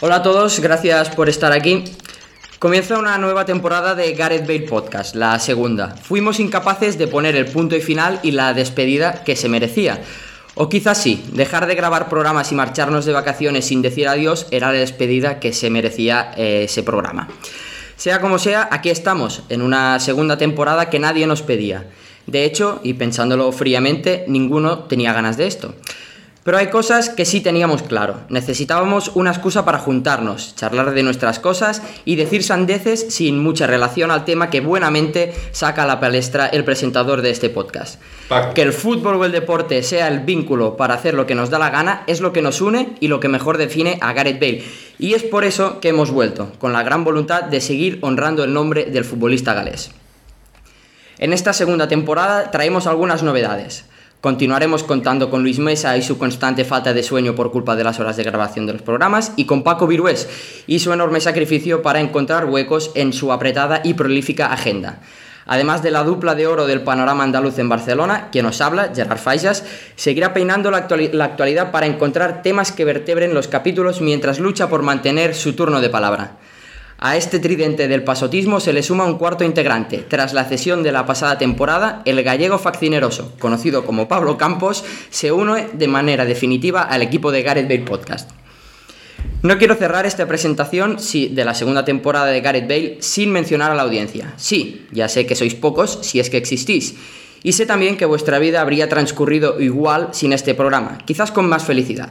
Hola a todos, gracias por estar aquí. Comienza una nueva temporada de Gareth Bale Podcast, la segunda. Fuimos incapaces de poner el punto y final y la despedida que se merecía. O quizás sí, dejar de grabar programas y marcharnos de vacaciones sin decir adiós era la despedida que se merecía eh, ese programa. Sea como sea, aquí estamos, en una segunda temporada que nadie nos pedía. De hecho, y pensándolo fríamente, ninguno tenía ganas de esto. Pero hay cosas que sí teníamos claro. Necesitábamos una excusa para juntarnos, charlar de nuestras cosas y decir sandeces sin mucha relación al tema que buenamente saca a la palestra el presentador de este podcast. Pac. Que el fútbol o el deporte sea el vínculo para hacer lo que nos da la gana es lo que nos une y lo que mejor define a Gareth Bale. Y es por eso que hemos vuelto, con la gran voluntad de seguir honrando el nombre del futbolista galés. En esta segunda temporada traemos algunas novedades. Continuaremos contando con Luis Mesa y su constante falta de sueño por culpa de las horas de grabación de los programas y con Paco Virués y su enorme sacrificio para encontrar huecos en su apretada y prolífica agenda. Además de la dupla de oro del panorama andaluz en Barcelona, que nos habla, Gerard Faixas, seguirá peinando la, actuali- la actualidad para encontrar temas que vertebren los capítulos mientras lucha por mantener su turno de palabra. A este tridente del pasotismo se le suma un cuarto integrante. Tras la cesión de la pasada temporada, el gallego faccineroso, conocido como Pablo Campos, se une de manera definitiva al equipo de Gareth Bale Podcast. No quiero cerrar esta presentación sí, de la segunda temporada de Gareth Bale sin mencionar a la audiencia. Sí, ya sé que sois pocos, si es que existís. Y sé también que vuestra vida habría transcurrido igual sin este programa, quizás con más felicidad.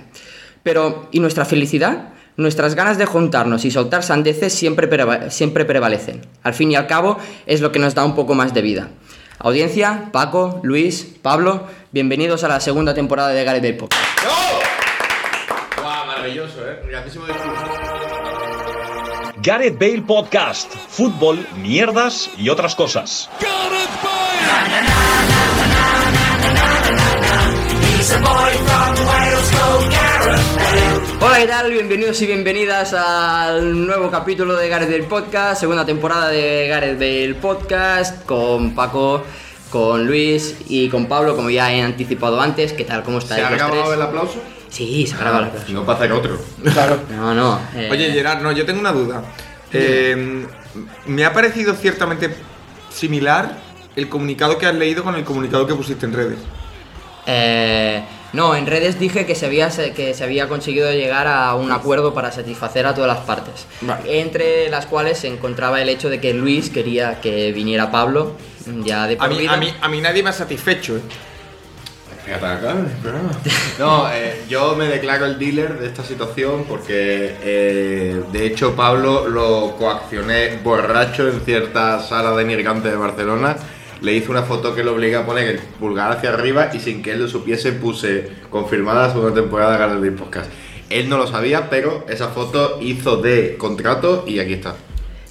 Pero, ¿y nuestra felicidad? Nuestras ganas de juntarnos y soltar sandeces siempre, preva- siempre prevalecen. Al fin y al cabo, es lo que nos da un poco más de vida. Audiencia, Paco, Luis, Pablo, bienvenidos a la segunda temporada de Gareth Bale Podcast. Guau, maravilloso, eh. Grandísimo discurso. Gareth Bale Podcast, fútbol, mierdas y otras cosas. Hola, ¿qué tal? Bienvenidos y bienvenidas al nuevo capítulo de Gareth Bale Podcast, segunda temporada de Gareth Bale Podcast, con Paco, con Luis y con Pablo, como ya he anticipado antes. ¿Qué tal? ¿Cómo ¿Se estáis ha los grabado tres? el aplauso? Sí, se ha grabado el aplauso. No para hacer otro. No, no. eh, Oye, Gerard, no, yo tengo una duda. Eh, me ha parecido ciertamente similar el comunicado que has leído con el comunicado que pusiste en redes. eh, no, en redes dije que se, había, que se había conseguido llegar a un acuerdo para satisfacer a todas las partes. Vale. Entre las cuales se encontraba el hecho de que Luis quería que viniera Pablo, ya de por A mí, vida. a mí, a mí nadie me ha satisfecho. eh. Fíjate acá, el programa. No, eh, yo me declaro el dealer de esta situación porque eh, de hecho Pablo lo coaccioné borracho en cierta sala de Nirgante de Barcelona. Le hice una foto que lo obliga a poner el pulgar hacia arriba y sin que él lo supiese puse confirmada la segunda temporada de Garden Podcast. Él no lo sabía, pero esa foto hizo de contrato y aquí está.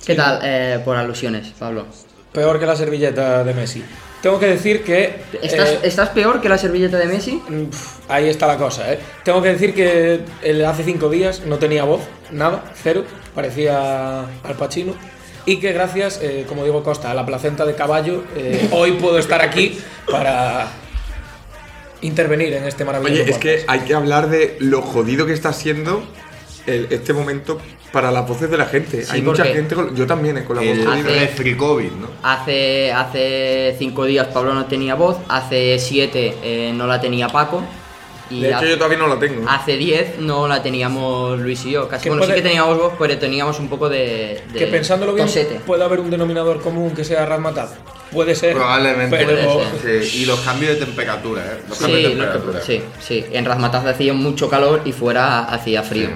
¿Qué tal eh, por alusiones, Pablo? Peor que la servilleta de Messi. Tengo que decir que. ¿Estás, eh, estás peor que la servilleta de Messi? mm, pf, ahí está la cosa, ¿eh? Tengo que decir que el- hace cinco días no tenía voz, nada, cero, parecía al Pacino. Y que gracias, eh, como digo Costa, a la placenta de caballo, eh, hoy puedo estar aquí para intervenir en este maravilloso. Oye, es que podcast. hay que hablar de lo jodido que está siendo el- este momento para las voces de la gente. Sí, hay mucha porque- gente, con- yo también, eh, con la voz El jodida. hace- refri-covid, ¿no? Hace, hace cinco días Pablo no tenía voz, hace siete eh, no la tenía Paco y De hecho, hace, yo todavía no la tengo. eh. hace diez no la teníamos Luis y yo. Casi, Que bueno, sí puede- que teníamos voz, pero teníamos un poco de, de Que pensándolo bien, tosete. puede haber un denominador común que sea Razmataz. Puede ser. Probablemente. pero- Puede Eh, Sí, Y los cambios de temperatura, ¿eh? pues, Los Sí, cambios de lo que- temperatura. sí, sí. En Razmataz hacía mucho calor y fuera hacía frío.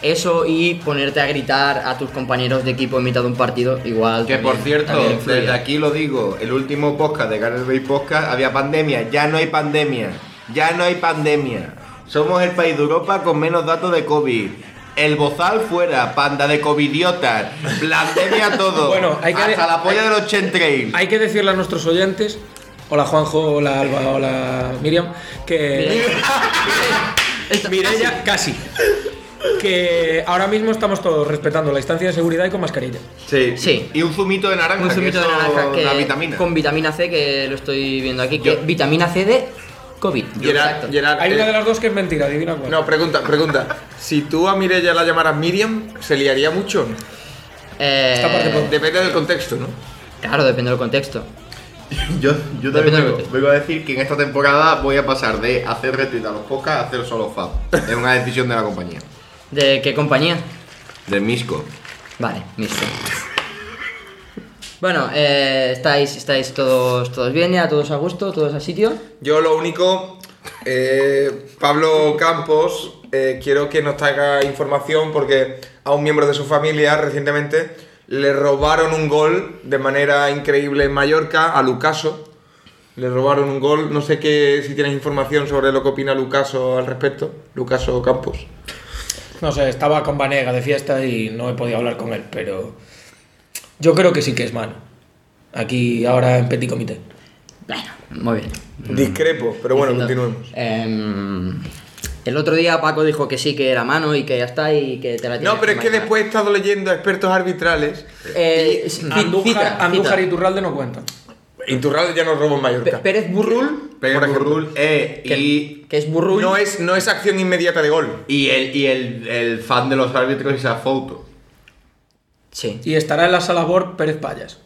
Eso y ponerte a gritar a tus compañeros de equipo en mitad de un partido, igual. Que también- por cierto, también influye. desde aquí lo digo, el último podcast de Gareth Bay Podcast había pandemia, ya no hay pandemia, ya no hay pandemia. Somos el país de Europa con menos datos de COVID. El bozal fuera, panda de covidiotas, pandemia todo. Bueno, hay que- Hasta la polla de los chemtrails. Hay que decirle a nuestros oyentes, hola Juanjo, hola Alba, hola Miriam, que... Esto- ah, Mireia, casi. Que ahora mismo estamos todos respetando la distancia de seguridad y con mascarilla. Sí. Sí. Y un zumito de naranja, Un zumito de que eso naranja que- da vitamina. con vitamina C que lo estoy viendo aquí. Que Yo- vitamina C de COVID. Gerard, Exacto. Gerard, Hay eh, una de las dos que es mentira, adivina cuál. No, pregunta, pregunta. Si tú a Mirella la llamaras Miriam, ¿se liaría mucho? Eh, Esta parte por- Depende del contexto, ¿no? Claro, depende del contexto. Yo, yo también Depende del vengo, contexto. vengo a decir que en esta temporada voy a pasar de hacer retweet a los podcasts a hacer solo fab. es una decisión de la compañía. ¿De qué compañía? Del Misco. Vale, listo. Bueno, eh, estáis, estáis todos, todos bien ya, todos a gusto, todos a sitio. Yo lo único, eh, Pablo Campos, eh, quiero que nos traiga información porque a un miembro de su familia recientemente le robaron un gol de manera increíble en Mallorca, a Lucaso. Le robaron un gol, no sé qué, si tienes información sobre lo que opina Lucaso al respecto, Lucaso Campos. No sé, estaba con Vanega de fiesta y no he podido hablar con él, pero yo creo que sí que es mano. Aquí ahora en Petit Comité. Bueno, muy bien. Discrepo, pero bueno, Diciendo, continuemos. em, el otro día Paco dijo que sí, que era mano y que ya está y que te la tienes No, pero es que marcar. después he estado leyendo a expertos arbitrales. Eh, ci- Andújar, cita, Andújar cita. y Turralde no cuentan. Iturralde ya nos robó Pe- en Mallorca. Pérez Burrul, Pero Por ejemplo. Burrul, eh, que, y, que es Burrul. No es, no es acción inmediata de gol. y, el, y el, el fan de los árbitros y esa foto. Sí. Y estará en la sala Bor Pérez Payas.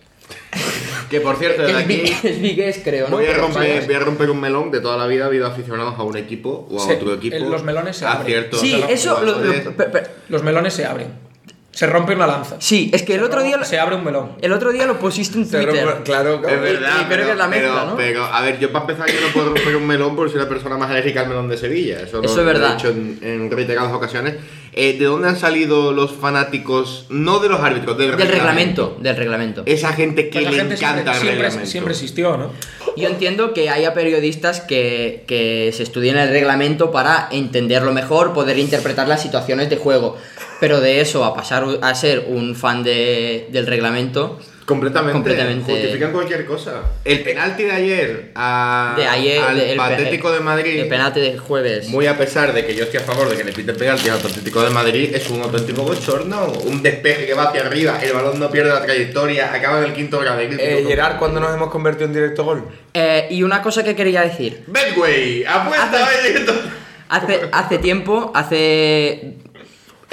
Que por cierto, Es, desde aquí vi- es vigués, creo, ¿no? voy a, Pero romper, sí. voy a romper un melón de toda la vida. Ha habido aficionados a un equipo o a Se- otro equipo. el- los melones se Ah, abren. cierto. Sí, eso. lo- lo- per- per- Los melones se abren. Se rompe una lanza. sí, es que el otro día. lo- Se abre un melón. El otro día lo pusiste en Se Twitter. rompe- claro, Es claro. verdad, y creo que es la mezcla, pero- ¿no? pero, a ver, yo para empezar yo no puedo romper un melón por ser la persona más alérgica al melón de Sevilla. Eso, lo- Eso es lo verdad. he dicho en, en reiteradas ocasiones. Eh, ¿De dónde han salido los fanáticos, no de los árbitros, del, Del reglamento, del reglamento. Esa gente que Pues la le gente siempre- encanta el siempre, reglamento. siempre existió, ¿no? Yo entiendo que haya periodistas que, que se estudien el reglamento para entenderlo mejor, poder interpretar las situaciones de juego. Pero de eso a pasar a ser un fan de- del reglamento. Completamente, Completamente. Justifican cualquier cosa. El penalti de ayer a- De ayer. Ah, al de- el pe- Atlético de Madrid. El penalti de jueves. Muy a pesar de que yo estoy a favor de que le piten penalti al Atlético de Madrid, es un auténtico bochorno. Un despeje que va hacia arriba, el balón no pierde la trayectoria, acaba en el quinto grado. Eh, Gerard, ¿cuándo nos hemos convertido en directo gol? Eh, y una cosa que quería decir. Betway, apuesta, Hace- oye, esto- Hace, hace tiempo, hace.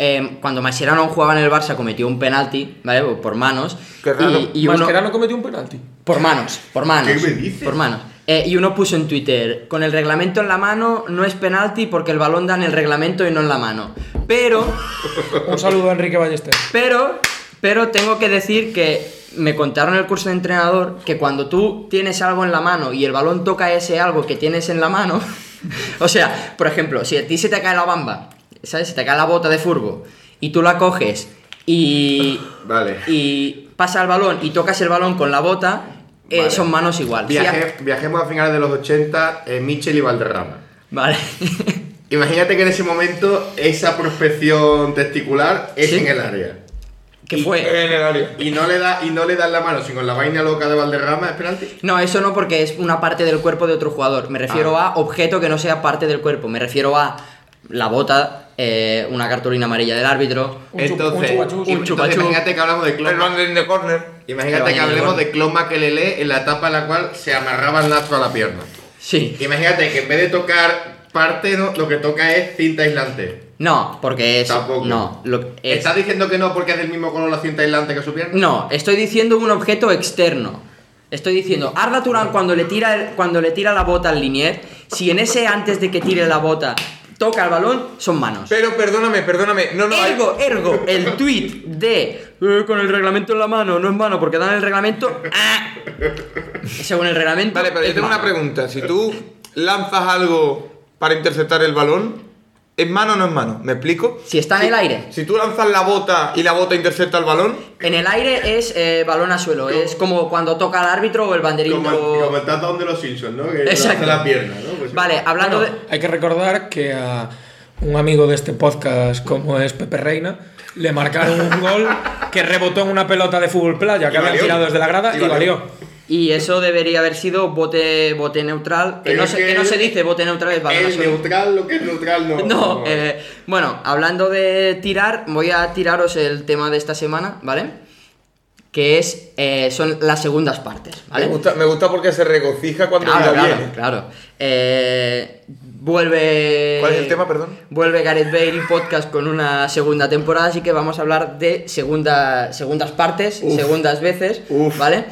eh, cuando Mascherano jugaba en el Barça cometió un penalti, ¿vale? Por manos. Qué raro. Y, y uno, Mascherano cometió un penalti. por manos, por manos. ¿Qué me dices? Por manos. Eh, y uno puso en Twitter, con el reglamento en la mano no es penalti porque el balón da en el reglamento y no en la mano. Pero, Un saludo a Enrique Ballester. pero, pero tengo que decir que me contaron en el curso de entrenador que cuando tú tienes algo en la mano y el balón toca ese algo que tienes en la mano, o sea, por ejemplo, si a ti se te cae la bamba, ¿sabes? Se te cae la bota de furbo y tú la coges y, Vale. y pasa el balón y tocas el balón con la bota, eh, Vale. son manos igual. Si Viaje- viajemos a finales de los 80, eh, Mitchell y Valderrama. ha- Vale. Imagínate que en ese momento esa prospección testicular es Sí. en el área. ¿Qué Y- eh, fue? En el área. Y no le da y no le dan la mano, sino con la vaina loca de Valderrama, es penalti. No, eso no porque es una parte del cuerpo de otro jugador. Me refiero a objeto que no sea parte del cuerpo. Me refiero a la bota, eh, una cartulina amarilla del árbitro. Un chup- Entonces, un chupachus. entonces Un chupachus. imagínate que hablamos de El Cloma. banding de corner. Imagínate que Pero hablemos bueno. de Cloma que le lee en la etapa en la cual se amarraba el nastro a la pierna. Sí. Imagínate que en vez de tocar parte, no, lo que toca es cinta aislante. No, porque es. Tampoco. No. Lo, es- ¿Estás diciendo que no porque es del mismo color la cinta aislante que su pierna? No, estoy diciendo un objeto externo. Estoy diciendo, Arda Turán cuando le tira el- cuando le tira la bota al linier, si en ese antes de que tire la bota toca el balón, son manos. Pero perdóname, perdóname. No, no, hay- Ergo, ergo, el tweet de "Eh, con el reglamento en la mano, no es mano porque dan el reglamento. ah". Según el reglamento. Vale, pero yo es tengo una mano. pregunta. Si tú lanzas algo para interceptar el balón, ¿es mano o no es mano? ¿Me explico? Si está en el aire. Si tú lanzas la bota y la bota intercepta el balón, En el aire es eh, balón a suelo, es como cuando toca el árbitro o el banderín. Como, o- como el tatón de los Simpsons, ¿no? Que Exacto. hace la pierna, ¿no? Pues- Vale, hablando Bueno, de. hay que recordar que a un amigo de este podcast, como es Pepe Reina, le marcaron un gol que rebotó en una pelota de fútbol playa que Y habían valió. tirado desde la grada Y y valió. valió. Y eso debería haber sido bote, bote neutral. Que Pero no, es se, que que no el- se dice bote neutral, es balón a El suelo. neutral, lo que es neutral, no. No, eh, bueno, hablando de tirar, voy a tiraros el tema de esta semana, ¿vale? que es, eh, son las segundas partes. ¿vale? Me, gusta, me gusta porque se regocija cuando Claro, está claro, bien. claro. Eh, vuelve. ¿Cuál es el tema, perdón? Vuelve Gareth Bale podcast con una segunda temporada, así que vamos a hablar de segunda, segundas partes, Uf. segundas veces, Uf. ¿vale?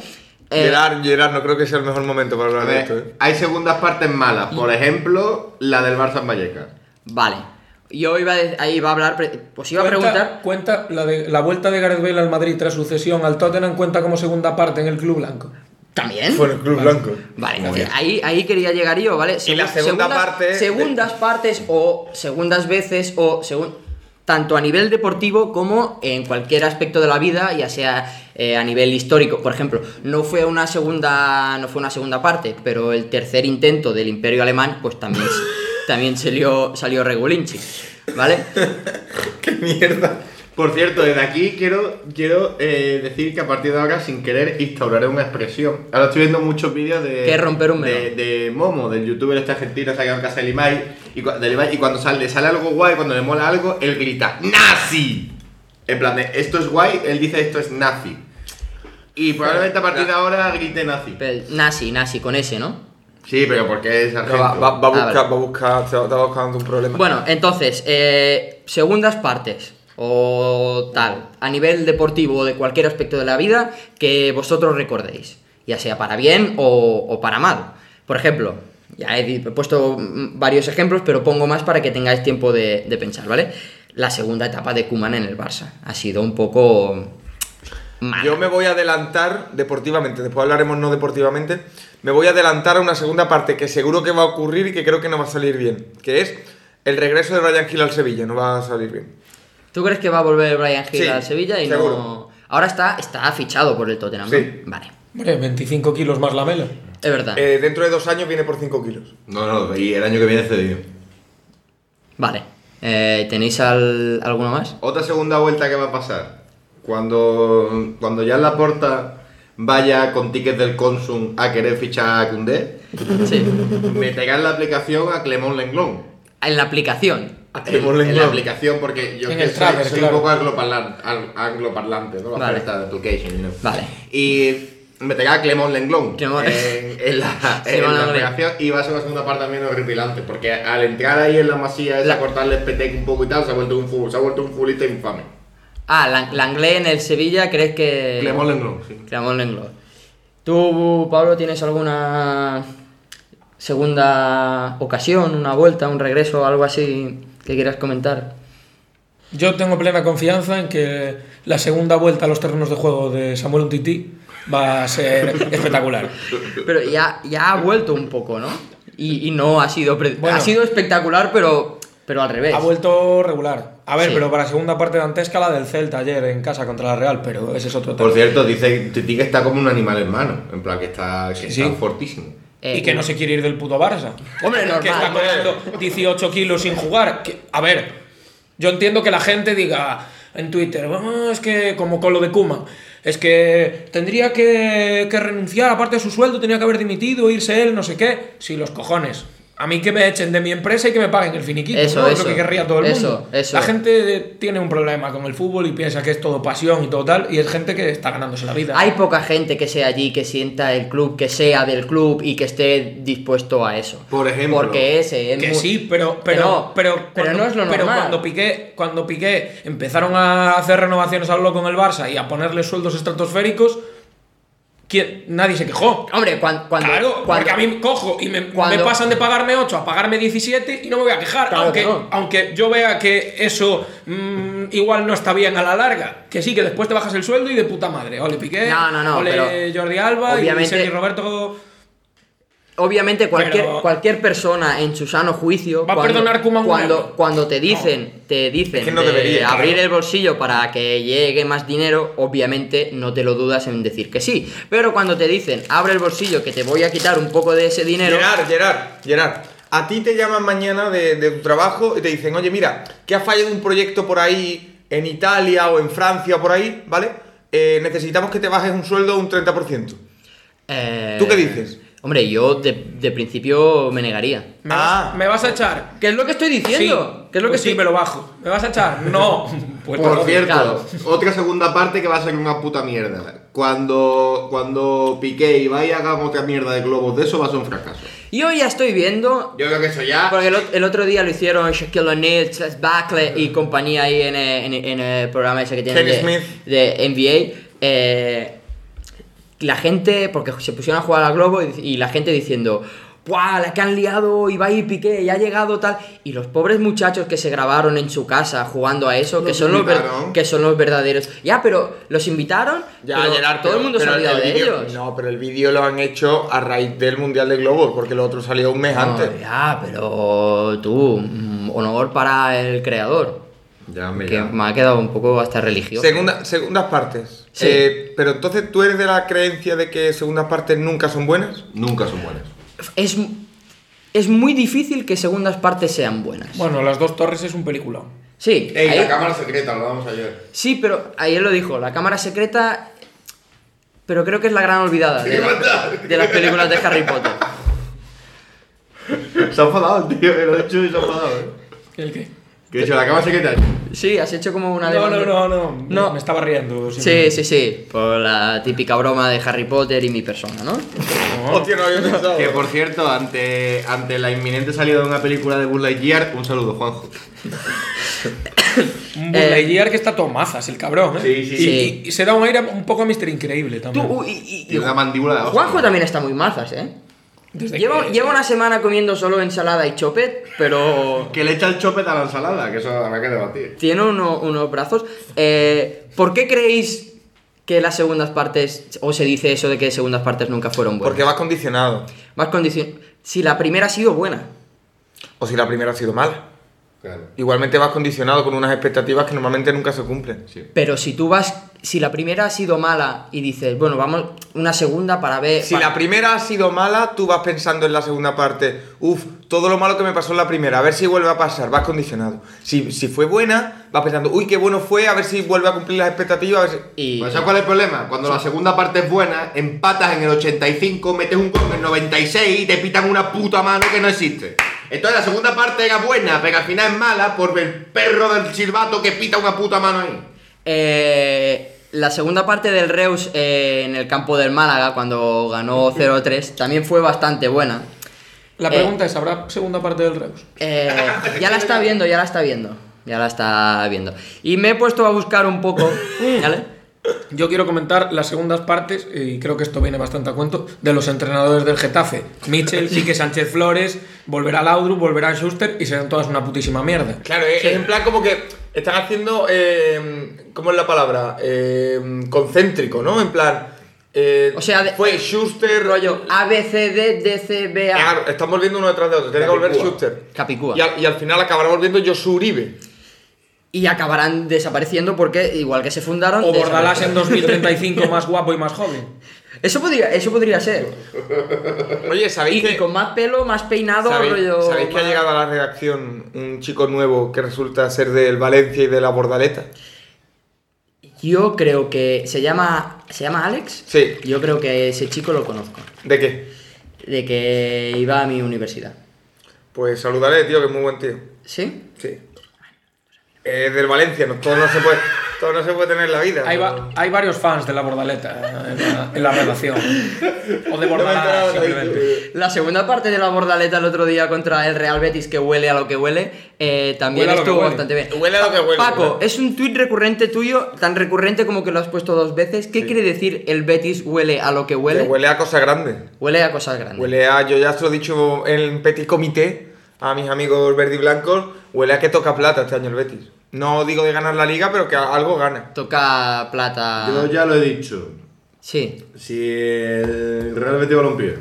Eh, Gerard, Gerard, no creo que sea el mejor momento para A hablar de ver, esto. ¿eh? hay segundas partes malas, Mm. por ejemplo, la del Barça en Vallecas. Vale. Yo iba a, de- ahí iba a hablar, pre- pues iba a preguntar. Cuenta la, de, la vuelta de Gareth Bale al Madrid tras su cesión al Tottenham cuenta como segunda parte en el Club Blanco. ¿También? Fue en el Club Blanco. Vale, eh, ahí, ahí quería llegar yo, ¿vale? Y la Segu- segunda segundas- parte- Segundas partes o segundas veces o según... Tanto a nivel deportivo como en cualquier aspecto de la vida, ya sea eh, a nivel histórico. Por ejemplo, no fue una segunda. No fue una segunda parte, pero el tercer intento del Imperio Alemán, pues también, se- también salió, salió Regulinchi. ¿Vale? ¡Qué mierda! Por cierto, desde aquí quiero, quiero eh, decir que a partir de ahora, sin querer, instauraré una expresión. Ahora estoy viendo muchos vídeos de. Que es romper un de, melón. de Momo, del youtuber este argentino, se ha quedado en casa del Imai. Y, cua- del Ibai, y cuando sale, le sale algo guay, cuando le mola algo, él grita: ¡Nazi! En plan, de, esto es guay, él dice esto es nazi. Y probablemente a partir de ahora grite nazi. Pero Nazi, nazi, con ese, ¿no? Sí, pero porque es No, argento. va, va- va Ah, a buscar, vale. va a buscar, te va, te va buscando un problema. Bueno, entonces, eh, segundas partes o tal, a nivel deportivo o de cualquier aspecto de la vida que vosotros recordéis, ya sea para bien o, o para mal. Por ejemplo, ya he, di- he puesto mm, varios ejemplos, pero pongo más para que tengáis tiempo de, de pensar, ¿vale? La segunda etapa de Kuman en el Barça ha sido un poco mala. Yo me voy a adelantar deportivamente, después hablaremos no deportivamente. Me voy a adelantar a una segunda parte que seguro que va a ocurrir y que creo que no va a salir bien. Que es el regreso de Brian Hill al Sevilla, no va a salir bien. ¿Tú crees que va a volver Brian Hill Sí, al Sevilla y no? seguro. Ahora está, está fichado por el Tottenham, ¿no? Sí. Vale, Hombre, 25 kilos más la mela. es Ah. verdad. Eh, dentro de dos años viene por 5 kilos. No, no, y el año que viene cedido. Vale. Eh, ¿Tenéis al- alguno más? Otra segunda vuelta que va a pasar. Cuando, cuando ya la porta vaya con tickets del Consum a querer fichar a Cundé, Sí. meterán la aplicación a Clemón Lenglón. En la aplicación. A Clemón En la Lenglón. aplicación, porque yo En que el soy, tracker, soy claro. un poco angloparlante, al- angloparlante ¿no? La Vale. oferta de application, you know. Vale. Y meterá a Clemón Lenglón Clemón. en, en la, Sí, en bueno, la hombre. aplicación y va a ser una segunda parte también horripilante, porque al entrar ahí en la masía, es La- a cortarle el petec un poco y tal, se ha vuelto un, fu- se ha vuelto un futbolista infame. Ah, Lang- Langlé en el Sevilla, ¿crees que...? Clemón Lenglón, sí. Clemón Lengló. ¿Tú, Pablo, tienes alguna segunda ocasión, una vuelta, un regreso, algo así que quieras comentar? Yo tengo plena confianza en que la segunda vuelta a los terrenos de juego de Samuel Untiti va a ser espectacular. Pero ya, ya ha vuelto un poco, ¿no? Y, y no ha sido... pre- Bueno. ha sido espectacular, pero, pero al revés. Ha vuelto regular. A ver, Sí. pero para segunda parte de Antesca la del Celta ayer en casa contra la Real, pero ese es otro tema. Por cierto, dice Titi que está como un animal hermano, en plan que está, que sí. está fortísimo. Eh, y que no se quiere ir del puto Barça. Hombre, normal. Que está cobrando 18 kilos sin jugar. Que- a ver, yo entiendo que la gente diga en Twitter, "Ah, es que como con lo de Kuma, es que tendría que, que renunciar, aparte de su sueldo, tenía que haber dimitido, irse él, no sé qué. Sí, los cojones. A mí que me echen de mi empresa y que me paguen el finiquito. Eso, ¿no? Es eso, lo que querría todo el eso, mundo. eso. La gente tiene un problema con el fútbol y piensa que es todo pasión y todo tal, y es gente que está ganándose la vida. Hay poca gente que sea allí, que sienta el club, que sea del club y que esté dispuesto a eso. Por ejemplo. Porque ese es Que muy- sí, pero, que pero, no, pero, pero no es lo pero normal. cuando Piqué, cuando Piqué empezaron a hacer renovaciones a lo con el Barça y a ponerle sueldos estratosféricos, ¿quién- nadie se quejó. Hombre, cuan- cuando. claro, cuando- porque a mí cojo y me, cuando- me pasan de pagarme 8 a pagarme 17 y no me voy a quejar, Claro aunque, que no. aunque yo vea que eso mm, igual no está bien a la larga. Que sí, que después te bajas el sueldo y de puta madre. Ole Piqué, No, no, no, ole pero Jordi Alba obviamente- y Sergi Roberto. Obviamente, cualquier, Pero- cualquier persona en su sano juicio. Va a cuando, perdonar Koeman un cuando, euro. cuando te dicen, te dicen Es que no de debería, abrir claro. el bolsillo para que llegue más dinero, obviamente no te lo dudas en decir que sí. Pero cuando te dicen, abre el bolsillo que te voy a quitar un poco de ese dinero. Gerard, Gerard, Gerard. A ti te llaman mañana de, de tu trabajo y te dicen, oye, mira, que ha fallado un proyecto por ahí en Italia o en Francia o por ahí, ¿vale? Eh, necesitamos que te bajes un sueldo un 30%. eh, ¿Tú qué dices? Hombre, yo de, de principio me negaría. Me, Ah. vas- me vas a echar ¿Qué es lo que estoy diciendo? Sí, ¿Qué es lo que pues sí, estoy- me lo bajo. ¿Me vas a echar? No. Pues Por no. cierto, claro. otra segunda parte que va a ser una puta mierda. Cu- cuando, cuando Piqué y vaya hagan otra mierda de globos de eso va a ser un fracaso. Yo ya estoy viendo. Yo creo que eso ya. Porque el, ot- el otro día lo hicieron Shaquille O'Neal, Charles Barkley y compañía ahí en, eh, en- en el programa ese que tienen Kenny de, Smith. de NBA. Eh, la gente, porque se pusieron a jugar al globo y, y la gente diciendo, ¡buah! La que han liado, Ibai y Piqué, ya ha llegado tal. Y los pobres muchachos que se grabaron en su casa jugando a eso, que Los son, los ver- invitaron. que son los verdaderos. Ya, pero los invitaron, Ya, pero todo Gerard, pero- el mundo se pero olvida de vídeo- ellos. No, pero el vídeo lo han hecho a raíz del Mundial de Globos, porque lo otro salió un mes antes. No, ya, ah, pero tú, mm, honor para el creador. Ya, hombre, Que ya. me ha quedado un poco hasta religioso. Segunda- segundas partes. Sí. Eh, pero entonces, ¿tú eres de la creencia de que segundas partes nunca son buenas? Nunca son buenas. Es, es muy difícil que segundas partes sean buenas. Bueno, Las dos torres es un peliculón. sí, Ey, ahí- la cámara secreta, lo vamos ayer. sí, pero ayer lo dijo, la cámara secreta, pero creo que es la gran olvidada de, la- de las películas de Harry Potter. Se ha enfadado, tío, lo he hecho y se ha enfadado, eh. ¿El qué? Que he hecho la cámara secreta. Sí, has hecho como una de... No, no, no, no, No. Me estaba riendo. Sí, simplemente. sí, sí, por la típica broma de Harry Potter y mi persona, ¿no? Hostia, no había pensado. Que por cierto, ante, ante la inminente salida de una película de Buzz Lightyear, un saludo, Juanjo. Un Buzz Eh, Lightyear que está todo mazas, el cabrón. ¿eh? Sí, sí, y, sí. y- y se da un aire un poco a Mr. Increíble Tú, también. uy, y- y- Tiene una mandíbula de hostia. Juanjo también está muy mazas, ¿eh? Desde Lleva, que- lleva una semana comiendo solo ensalada y chopet, pero Que le echa el chopet a la ensalada, que eso habrá que debatir. tiene uno- unos brazos. Eh, ¿Por qué creéis que las segundas partes, o se dice eso de que segundas partes nunca fueron buenas? Porque vas condicionado. Más condición. Si la primera ha sido buena. O si la primera ha sido mala. Claro. Igualmente vas condicionado con unas expectativas que normalmente nunca se cumplen. Pero si tú vas. Si la primera ha sido mala y dices, bueno, vamos, una segunda para ver. Si pa- la primera ha sido mala, tú vas pensando en la segunda parte. Uf, todo lo malo que me pasó en la primera, a ver si vuelve a pasar, vas condicionado. Si, si fue buena, vas pensando, uy, qué bueno fue, a ver si vuelve a cumplir las expectativas. a ver si- y- Pues, ¿Sabes cuál es el problema? Cuando la segunda parte es buena, empatas en el 85, metes un gol en el 96 y te pitan una puta mano que no existe. Entonces la segunda parte era buena, pero al final es mala por el perro del silbato que pita una puta mano ahí. Eh, la segunda parte del Reus eh, en el campo del Málaga, cuando ganó 0-3, también fue bastante buena. La Eh. pregunta es, ¿habrá segunda parte del Reus? Eh, ya la está viendo, ya la está viendo. Ya la está viendo. Y me he puesto a buscar un poco, ¿vale? Yo quiero comentar las segundas partes, y creo que esto viene bastante a cuento, de los entrenadores del Getafe. Michel, Quique Sánchez Flores, volverá Laudrup, volverá Schuster y serán todas una putísima mierda. Claro, es, es en plan como que están haciendo, eh, ¿cómo es la palabra? Eh, concéntrico, ¿no? En plan... eh, O sea, de- fue Schuster, Rollo A, B, C, D, D, C, B, A. Claro, están volviendo uno detrás de otro. Tiene que volver Capicúa. Schuster. Capicúa. Y al, y al final acabará volviendo Josu Uribe. Y acabarán desapareciendo porque, igual que se fundaron. O Bordalás en desaparecen. 2035 más guapo y más joven. Eso podría, eso podría ser. Oye, ¿sabéis Y, que, y con más pelo, más peinado, sabéis- rollo. sabéis que ha más- llegado a la redacción un chico nuevo que resulta ser del Valencia y de la Bordaleta? Yo creo que. ¿Se llama. ¿Se llama Alex? Sí. Yo creo que ese chico lo conozco. ¿De qué? De que iba a mi universidad. Pues saludaré, tío, que es muy buen tío. ¿Sí? Sí. Es del Valencia, no, todo, no se puede, todo no se puede tener en la vida. Hay, va- hay varios fans de la Bordaleta en la, en la redacción. O No me de he enterado Bordalás, de la simplemente. La segunda parte de la bordaleta el otro día contra el Real Betis, que huele a lo que huele, eh, también Huele a lo que estuvo huele. bastante bien. Huele a lo que huele, Paco, ¿verdad? es un tuit recurrente tuyo, tan recurrente como que lo has puesto dos veces. ¿Qué quiere decir el Betis huele a lo que Que huele? Huele a cosa grande. Huele a cosas grandes. Huele a, yo ya se lo he dicho en Petit Comité a mis amigos verde y blancos, huele a que toca plata este año el Betis. No digo de ganar la liga, pero que a- algo gana. Toca plata. Yo ya lo he dicho. Sí. Si el Real Betis Balompié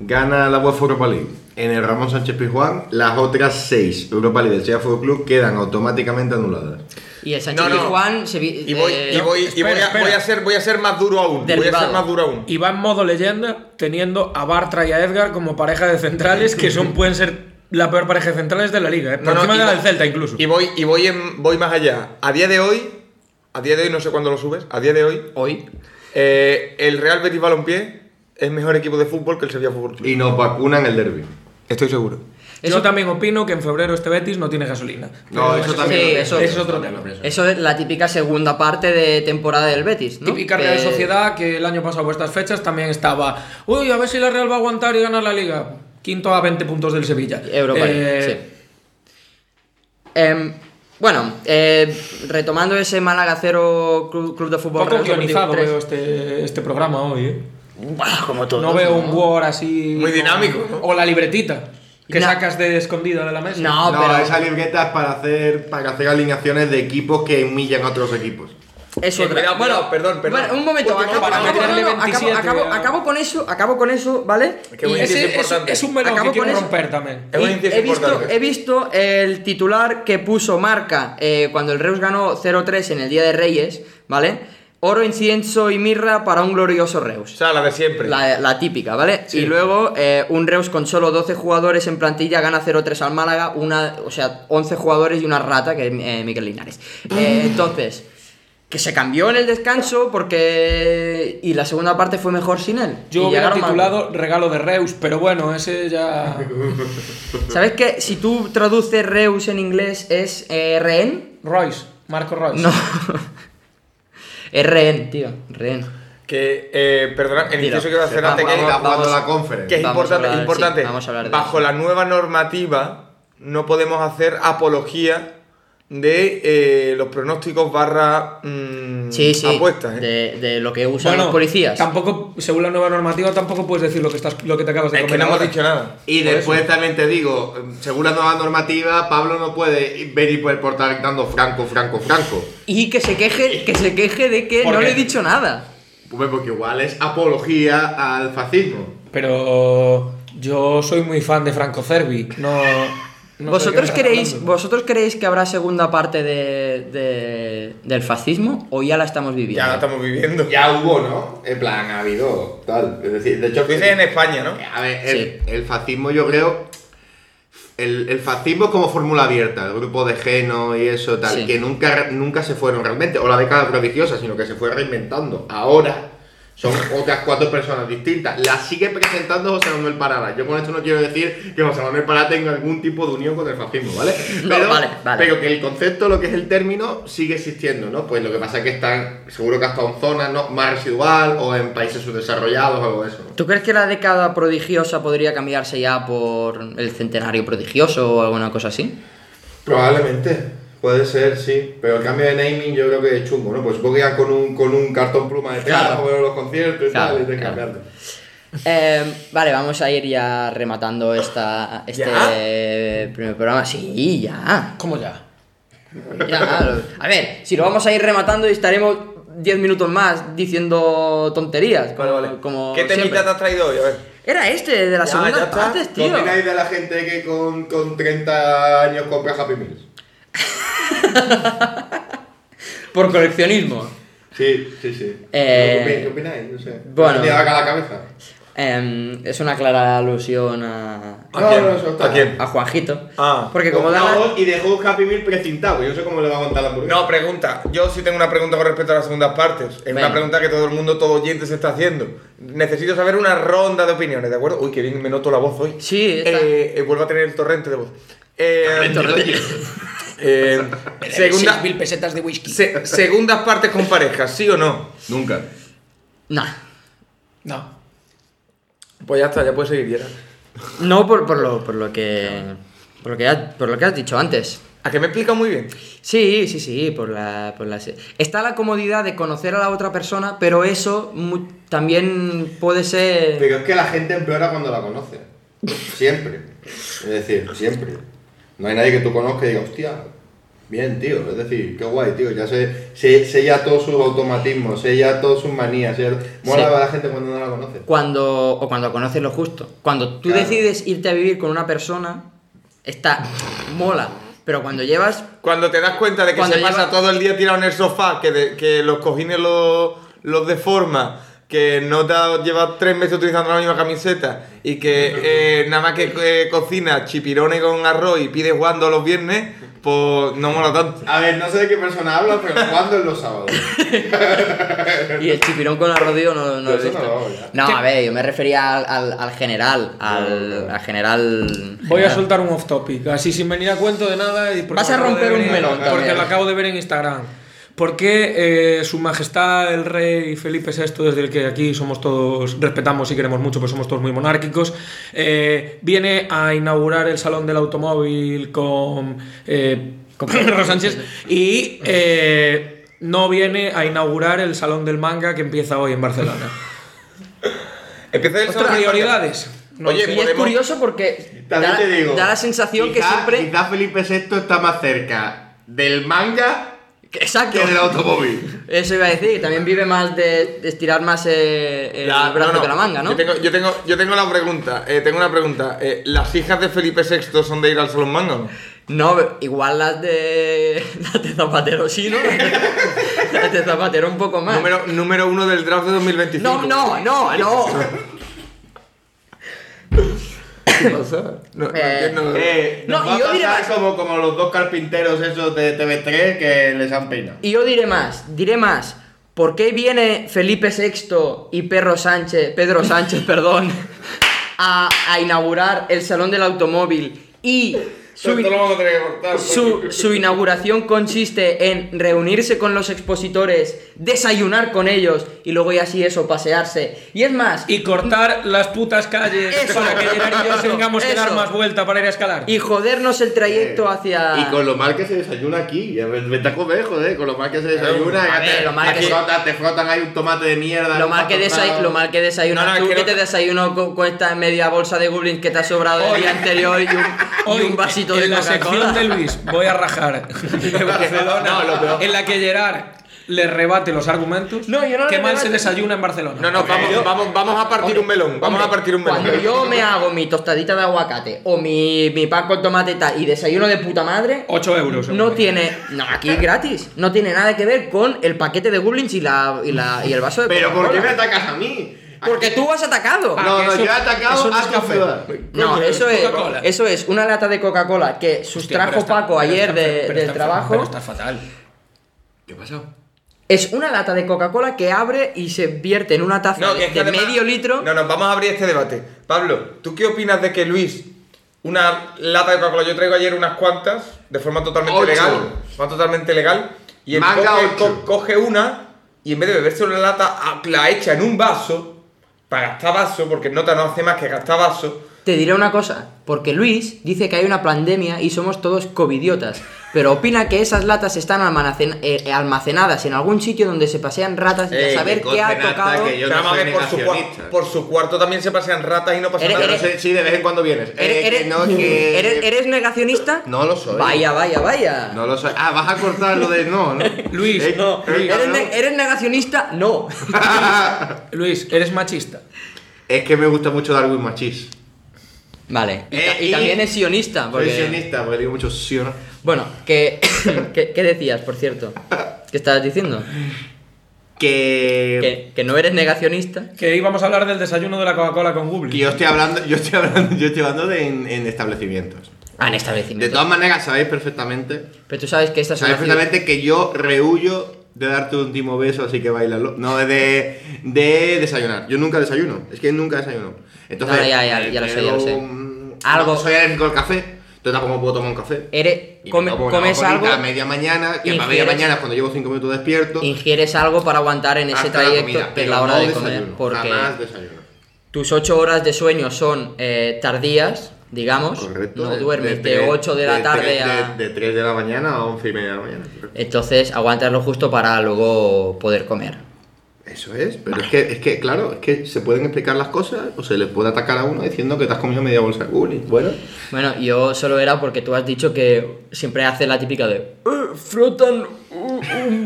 gana la UEFA Europa League en el Ramón Sánchez Pizjuán, las otras seis Europa League del Sevilla Fútbol Club quedan automáticamente anuladas. Y el Sánchez No, no. Juan se vi- Y voy, eh, y voy, y espera, voy a, espera. voy a ser, voy a ser más duro aún. Voy a Derribado. ser más duro aún. Y va en modo leyenda teniendo a Bartra y a Edgar como pareja de centrales que son pueden ser la peor pareja de centrales de la liga. ¿eh? Por No, no, encima y de la voy- del Celta incluso. Y voy, y voy, en- voy más allá. A día de hoy, a día de hoy, no sé cuándo lo subes, a día de hoy, Hoy. eh, el Real Betis Balompié es mejor equipo de fútbol que el Sevilla Fútbol Club. Y nos vacunan el derby. Estoy seguro. Yo Eso- también opino que en febrero este Betis no tiene gasolina. No, eso también. Sí, lo eso- pienso, eso es otro también tema. lo pienso. Eso es la típica segunda parte de temporada del Betis, ¿no? Eh, Típica Que- Real Sociedad que el año pasado por estas fechas también estaba. Uy, a ver si la Real va a aguantar y ganar la liga. Quinto a 20 puntos del Sevilla. Europa League, Eh, sí. Em, bueno, eh, retomando ese Málaga 0 Club, Club de Fútbol Poco Real Deportivo guionizado 3. veo este, este programa hoy. eh. Buah, como todos, No veo un Word así. Muy dinámico, ¿no? O la libretita que No. sacas de escondida de la mesa. No, No, pero esa libreta es para hacer, para hacer alineaciones de equipos que humillan a otros equipos. es Eh, otra. cuidado, Bueno, cuidado, perdón, perdón. bueno, un momento, Último acabo, para acabo, no, meterle no, acabo- 27 eh. acabo- a- acabo con eso, acabo con eso, ¿vale? Qué buen Y- indicio Ese- es, importante. es un melón Acabo que quiero con eso. romper también. Es un Y indicio he, visto, importante. he visto el titular que puso Marca eh, cuando el Reus ganó 0-3 en el Día de Reyes, ¿vale? Oro, incienso y mirra para un glorioso O Reus. sea, la de siempre. La, la típica, ¿vale? Y luego eh, un Reus con solo 12 jugadores en plantilla gana 0-3 al Málaga, una, o sea, 11 jugadores y una rata que es eh, Miquel Linares. Eh, Mm. entonces, que se cambió en el descanso porque... Y la segunda parte fue mejor sin él. Yo Y hubiera llegaron más- titulado Regalo de Reus, pero bueno, ese ya. ¿Sabes que si tú traduces Reus en inglés es eh, rehén? Royce, Marco Royce. No. es rehén, tío. Rehén. Que, eh, perdona, el Mira, inciso que iba a hacer Está antes que, jugando- está jugando vamos- la conference. que es Vamos a importante. hablar- importante. sí, vamos a hablar de Bajo eso. la nueva normativa no podemos hacer apología de eh, los pronósticos barra mm, Sí, sí. apuestas. ¿eh? de, de lo que usan los policías. Tampoco, según la nueva normativa, tampoco puedes decir lo que, estás, lo que te acabas de Es que comer no hemos ahora. dicho nada. Y Por después eso. también te digo, según la nueva normativa, Pablo no puede venir por el portal dando Franco, Franco, Franco. Y que se queje, que se queje de que ¿Por no qué? le he dicho nada. Pues porque igual es apología al fascismo. Pero yo soy muy fan de Franco Cervi. No. no sé de qué ¿Vosotros, estás creéis, hablando. ¿Vosotros creéis que habrá segunda parte de, de- del fascismo o ya la estamos viviendo? Ya la estamos viviendo. Ya hubo, ¿no? En plan, ha habido tal. Es decir, de hecho, Tú dices en España, ¿no? Eh, A ver, el, el fascismo yo creo... El, el fascismo es como fórmula abierta, el grupo de Geno y eso, tal, Sí. que nunca, nunca se fueron realmente, o la década prodigiosa, sino que se fue reinventando. Ahora son otras cuatro personas distintas. La sigue presentando José Manuel Parada. Yo con esto no quiero decir que José Manuel Parada tenga algún tipo de unión con el fascismo, ¿vale? No, vale, vale. pero que el concepto, lo que es el término, sigue existiendo, ¿no? Pues lo que pasa es que están, seguro que hasta en zonas ¿no? más residual o en países subdesarrollados o algo de eso, ¿no? ¿Tú crees que la década prodigiosa podría cambiarse ya por el centenario prodigioso o alguna cosa así? Probablemente, puede ser, sí. Pero el cambio de naming yo creo que es chungo, ¿no? Pues supongo que ya con un, con un cartón pluma de Claro. para mover los conciertos y Claro, tal, y te claro. cambiarte. Eh, vale, vamos a ir ya rematando esta, este primer programa. Sí, ya. ¿Cómo ya? ya. lo- A ver, si lo vamos a ir rematando y estaremos 10 minutos más diciendo tonterías. Como, como ¿Qué siempre. temita te has traído hoy? A ver. Era este, de la Ya, segunda ya está. parte, ¿Qué tío. opináis de la gente que con, con 30 años compra Happy Meals? Por coleccionismo. Sí, sí, sí. Eh, ¿Qué opi- ¿Qué opináis? No sé. bueno. ¿Me acá la cabeza? Em, es una clara alusión a, ¿A No, quién? no, Ah, eso está. ¿A quién? a Juanjito. Ah. porque como da la- Compró dos y dejó un Happy Meal precintado. Yo no sé cómo le va a aguantar la hamburguesa. No, pregunta. Yo sí tengo una pregunta con respecto a las segundas partes. Es Venga. una pregunta que todo el mundo, todo oyente se está haciendo. Necesito saber una ronda de opiniones, ¿de acuerdo? Uy, qué bien me noto la voz hoy. Sí, está- Eh, eh, vuelvo a tener el torrente de voz. Eh, eh, segunda, 6.000 pesetas de whisky. se- segundas partes con parejas, ¿sí o no? Nunca. Nah. No. Pues ya está, ya puedes seguir, Yera. No por, por lo, por lo que. Por lo que, has- por lo que has dicho antes. ¿A que me explica muy bien? Sí, sí, sí, por la, por la... Está la comodidad de conocer a la otra persona, pero eso mu- también puede ser... Pero es que la gente empeora cuando la conoce. Siempre. Es decir, siempre. No hay nadie que tú conozcas y diga, hostia, bien, tío. Es decir, qué guay, tío. Ya sé, sé, sé ya todos sus automatismos, sé ya todas sus manías. sé ya- Mola Sí. ver a la gente cuando no la conoce. Cuando, o cuando conoces lo justo. Cuando tú Claro. decides irte a vivir con una persona, está mola, pero cuando llevas... Cuando te das cuenta de que Cuando se pasa lleva- todo el día tirado en el sofá, que, de- que los cojines los, los deforma, que no te ha- lleva tres meses utilizando la misma camiseta y que eh, nada más que eh, cocina chipirones con arroz y pide guando los viernes, pues no mola tanto. A ver, no sé de qué persona hablas, pero ¿cuándo es los sábados? Y el chipirón con arrodillo no, no lo he Pero eso visto. no lo hago ya. No, a ver, yo me refería al, al- al general, al, al general. Voy a general. soltar un off topic, así sin venir a cuento de nada. Y porque Vas a lo acabo romper de un ver en- melón Porque también. lo acabo de ver en Instagram. ¿Por qué eh, Su Majestad el Rey Felipe VI, desde el que aquí somos todos, respetamos y queremos mucho, pues somos todos muy monárquicos, eh, viene a inaugurar el Salón del Automóvil con, eh, con Pedro Sánchez y eh, no viene a inaugurar el Salón del Manga que empieza hoy en Barcelona? Empieza el Ostras, sábado. prioridades. No Oye, sé. Y es Podemos- curioso porque da, También te digo. da la sensación que quizá- siempre. Quizá Felipe VI está más cerca del manga Exacto. que del automóvil. Eso iba a decir, que también vive más de, de estirar más eh, el Ya, brazo no, no. que la manga, ¿no? Yo tengo, yo tengo, yo tengo la pregunta, eh, tengo una pregunta. eh, ¿Las hijas de Felipe VI son de ir al Salón Manga o no? No, igual las de. Las de Zapatero sí, ¿no? las de Zapatero un poco más. Número, número uno del draft de 2025. No, no, no, no. ¿Qué pasa? No, no Eh, entiendo. Eh, nos No, va y yo a diré pasar más. como, como los dos carpinteros esos de TV3 que les han peinado. Y yo diré más, diré más. ¿Por qué viene Felipe VI y Perro Sánchez, Pedro Sánchez, perdón, a, a inaugurar el Salón del Automóvil y su, Esto lo vamos a tener que cortar. su, su inauguración consiste en reunirse con los expositores, desayunar con ellos y luego y así eso, pasearse? Y es más, Y cortar las putas calles Eso, para que Gerard y yo eso, tengamos que dar eso. más vuelta para ir a escalar. y jodernos el trayecto hacia... Eh, Y con lo mal que se desayuna aquí, ya ves, vete a comer, joder, con lo mal que se desayuna, A ver, ya te- lo mal te que- frotan- te frotan ahí un tomate de mierda. Lo un mal, que pato desay- frito. lo mal que desayunas No, no, tú, quiero- que te desayuno con, con esta media bolsa de goblins que te ha sobrado el día anterior y un, y un vasito en de la Coca-Cola. sección de Luis voy a rajar de Barcelona, en la que Gerard le rebate los argumentos. No, yo no le que mal se rebato. desayuna en Barcelona. No, no, vamos, vamos, vamos a partir un melón. Vamos a partir un melón. Cuando yo me hago mi tostadita de aguacate o mi, mi pan con tomate y tal y desayuno de puta madre, 8 euros. no seguro. tiene. No, aquí es gratis. No tiene nada que ver con el paquete de goblins y, la, y, la, y el vaso de Pero ¿por qué me Coca-Cola. atacas a mí? Porque tú has atacado. Ah, No, que no, yo eso- he eso atacado no es a tu café. ciudad. No, Coño, eso es, Coca-Cola. eso es una lata de Coca-Cola que Hostia, pero sustrajo está- Paco pero ayer está- de- pero del está- trabajo. Pero está fatal. ¿Qué pasó? Es una lata de Coca-Cola que abre y se vierte en una taza No, que de, es que de además- medio litro. No, no, vamos a abrir este debate. Pablo, ¿tú qué opinas de que Luis, una lata de Coca-Cola, yo traigo ayer unas cuantas, de forma totalmente Ocho. legal, de forma totalmente legal, y él Manga coge, ocho. co- coge una y en vez de beberse una lata, a- la echa en un vaso para gastar vaso, porque nota no hace más que gastar vaso. Te diré una cosa, porque Luis dice que hay una pandemia y somos todos covidiotas, pero opina que esas latas están almanacen- eh, almacenadas en algún sitio donde se pasean ratas y Eh, a saber que qué ha conste, Nata, tocado. que yo- Pero no vamos a soy ver, por su, cua- negacionista. por su cuarto también se pasean ratas y no pasa Eres- nada. Eh, eres- Sí, sí, de vez en cuando vienes. Eh, ¿Eres, que eres- no, que- eres- eres negacionista? No lo soy. Vaya, vaya, vaya. No lo soy. Ah, vas a cortar lo de no, ¿no? Luis, Eh, no, eh, Luis. ¿Eres, cabrón. ne- eres negacionista? No. Luis, eres machista. Es que me gusta mucho Darwin Machis. vale. Y, Eh, ta- y y- también es sionista. Soy Ah, Porque... sionista, porque digo mucho sion. Bueno, que, que- ¿qué decías, por cierto? ¿Qué estabas diciendo? Que... Que, que no eres negacionista. Que íbamos a hablar del desayuno de la Coca-Cola con Google. que yo estoy hablando, yo estoy hablando, yo estoy hablando de en, en establecimientos. Ah, en De establecimientos. todas maneras, sabéis perfectamente, Pero tú sabes que estas son sabéis las perfectamente que yo rehuyo de darte un timo beso, así que bailalo. No, de, de desayunar. Yo nunca desayuno, es que nunca desayuno. Entonces, No, ya, ya, ya lo sé, ya lo sé. Algo- Algo. Soy alérgico al café, entonces tampoco puedo tomar un café. Eres, Y me come- tomo una comes vaporita algo, A media mañana, que a media ingieres- mañana es cuando llevo 5 minutos despierto. ingieres algo para aguantar en ese hasta la trayecto comida, que es pero la hora no de comer. desayuno, Porque Jamás desayuno. tus 8 horas de sueño son eh, tardías, digamos. Correcto. no duermes de, 8 de la tarde a. De, 3 de la mañana a 11 y media de la mañana. correcto. Entonces aguantas lo justo para luego poder comer. Eso es, pero Ah. es que, es que, claro, es que se pueden explicar las cosas o se les puede atacar a uno diciendo que te has comido media bolsa de goodies. Bueno, Bueno, yo solo era porque tú has dicho que siempre haces la típica de "Eh, frotan un,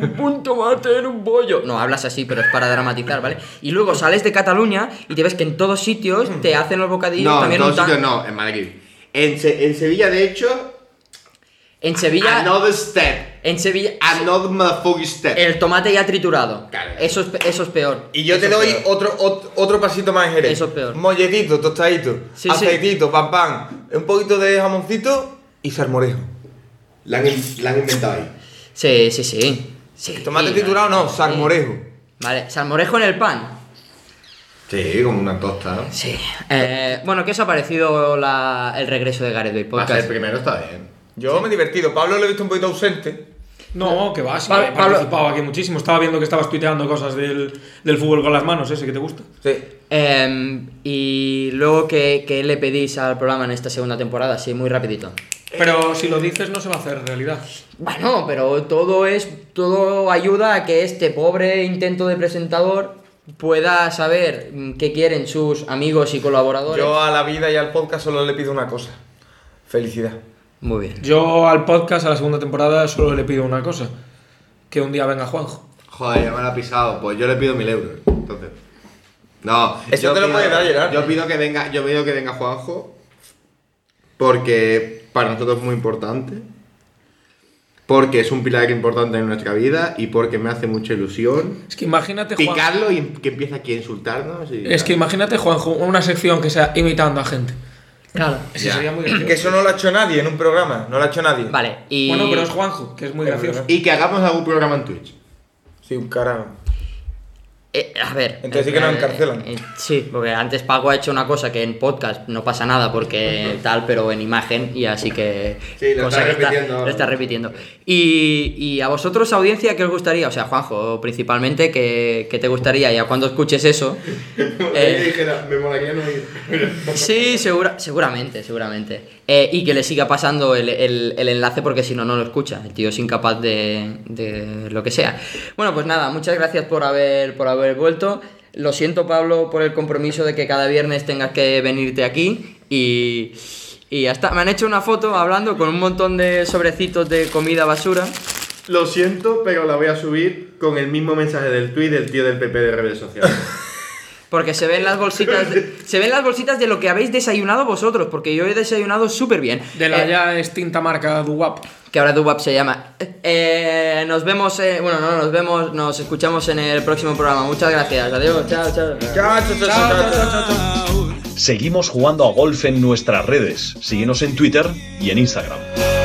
un, un tomate en un bollo. No, hablas así, pero es para dramatizar, ¿vale? Y luego sales de Cataluña y te ves que en todos sitios te hacen los bocadillos no, en también todos untan- sitios no, en Madrid. En, Se- en Sevilla, de hecho, En Sevilla, another step, en Sevilla ah, another motherfucking step. el tomate ya triturado. Claro. Eso es, pe- eso es peor. Y yo Eso te es doy peor. otro, ot- otro pasito más en Jerez. Eso es peor. Molletito, tostadito, Sí, sí. aceitito, pan pan, un poquito de jamoncito y salmorejo. La han, in- la han inventado ahí. Sí, sí, sí. sí Tomate no, titulado no, salmorejo. Vale, salmorejo en el pan. Sí, como una tosta. ¿no? Sí. Eh, bueno, ¿qué os ha parecido la- el regreso de Gareth Bale Para ser Podcast? primero está bien. Yo me he divertido. Pablo lo he visto un poquito ausente. No, que va, sí, Pablo- he participado aquí muchísimo. Estaba viendo que estabas tuiteando cosas del, del fútbol con las manos, ese que te gusta. Sí. Eh, y luego, ¿qué, qué le pedís al programa en esta segunda temporada? Así, muy rapidito. Pero si lo dices no se va a hacer realidad. Bueno, pero todo es. Todo ayuda a que este pobre intento de presentador pueda saber mm, qué quieren sus amigos y colaboradores. Yo a la vida y al podcast solo le pido una cosa. Felicidad. Muy bien. Yo al podcast, a la segunda temporada, solo le pido una cosa. Que un día venga Juanjo. Joder, ya me la ha pisado. Pues yo le pido mil euros. Entonces. No. Eso yo te lo pido- puede dar Gerard. Yo pido que venga, yo pido que venga Juanjo. Porque para nosotros es muy importante. Porque es un pilar importante en nuestra vida y porque me hace mucha ilusión. Es que imagínate, Juanjo. Picarlo y que empiece aquí a insultarnos. Y, Este Es que imagínate, Juanjo, una sección que sea imitando a gente. Claro. Eso Ya. sería muy Que gracioso. eso no lo ha hecho nadie en un programa. No lo ha hecho nadie. Vale, y. Bueno, pero es Juanjo, que es muy Es gracioso. verdad. y que hagamos algún programa en Twitch. Sí, un carajo. Eh, a ver. Entonces sí que nos eh, encarcelan. eh, sí, porque antes Paco ha hecho una cosa que en podcast no pasa nada porque tal, pero en imagen y así que. Sí, lo cosa está que repitiendo ahora. lo está repitiendo. Y, y a vosotros, audiencia, ¿qué os gustaría? O sea, Juanjo, principalmente, ¿qué, qué te gustaría? Y a cuando escuches eso. eh, me molaría no ir. Sí, segura- seguramente, seguramente. Eh, y que le siga pasando el, el- el enlace porque si no, no lo escucha. El tío es incapaz de, de lo que sea. Bueno, pues nada, muchas gracias por haber, por haber vuelto. Lo siento, Pablo, por el compromiso de que cada viernes tengas que venirte aquí. Y, y hasta me han hecho una foto hablando con un montón de sobrecitos de comida basura. Lo siento, pero la voy a subir con el mismo mensaje del tweet del tío del PP de redes sociales. Porque se ven las bolsitas de, se ven las bolsitas de lo que habéis desayunado vosotros, porque yo he desayunado súper bien. De la Eh, ya extinta marca Duwap. que ahora Dubap se llama. Eh, nos vemos, eh, bueno, no, nos vemos, nos escuchamos en el próximo programa. Muchas gracias, adiós, chao, chao. Chao, chao, chao, chao, chao, chao. Seguimos jugando a golf en nuestras redes. Síguenos en Twitter y en Instagram.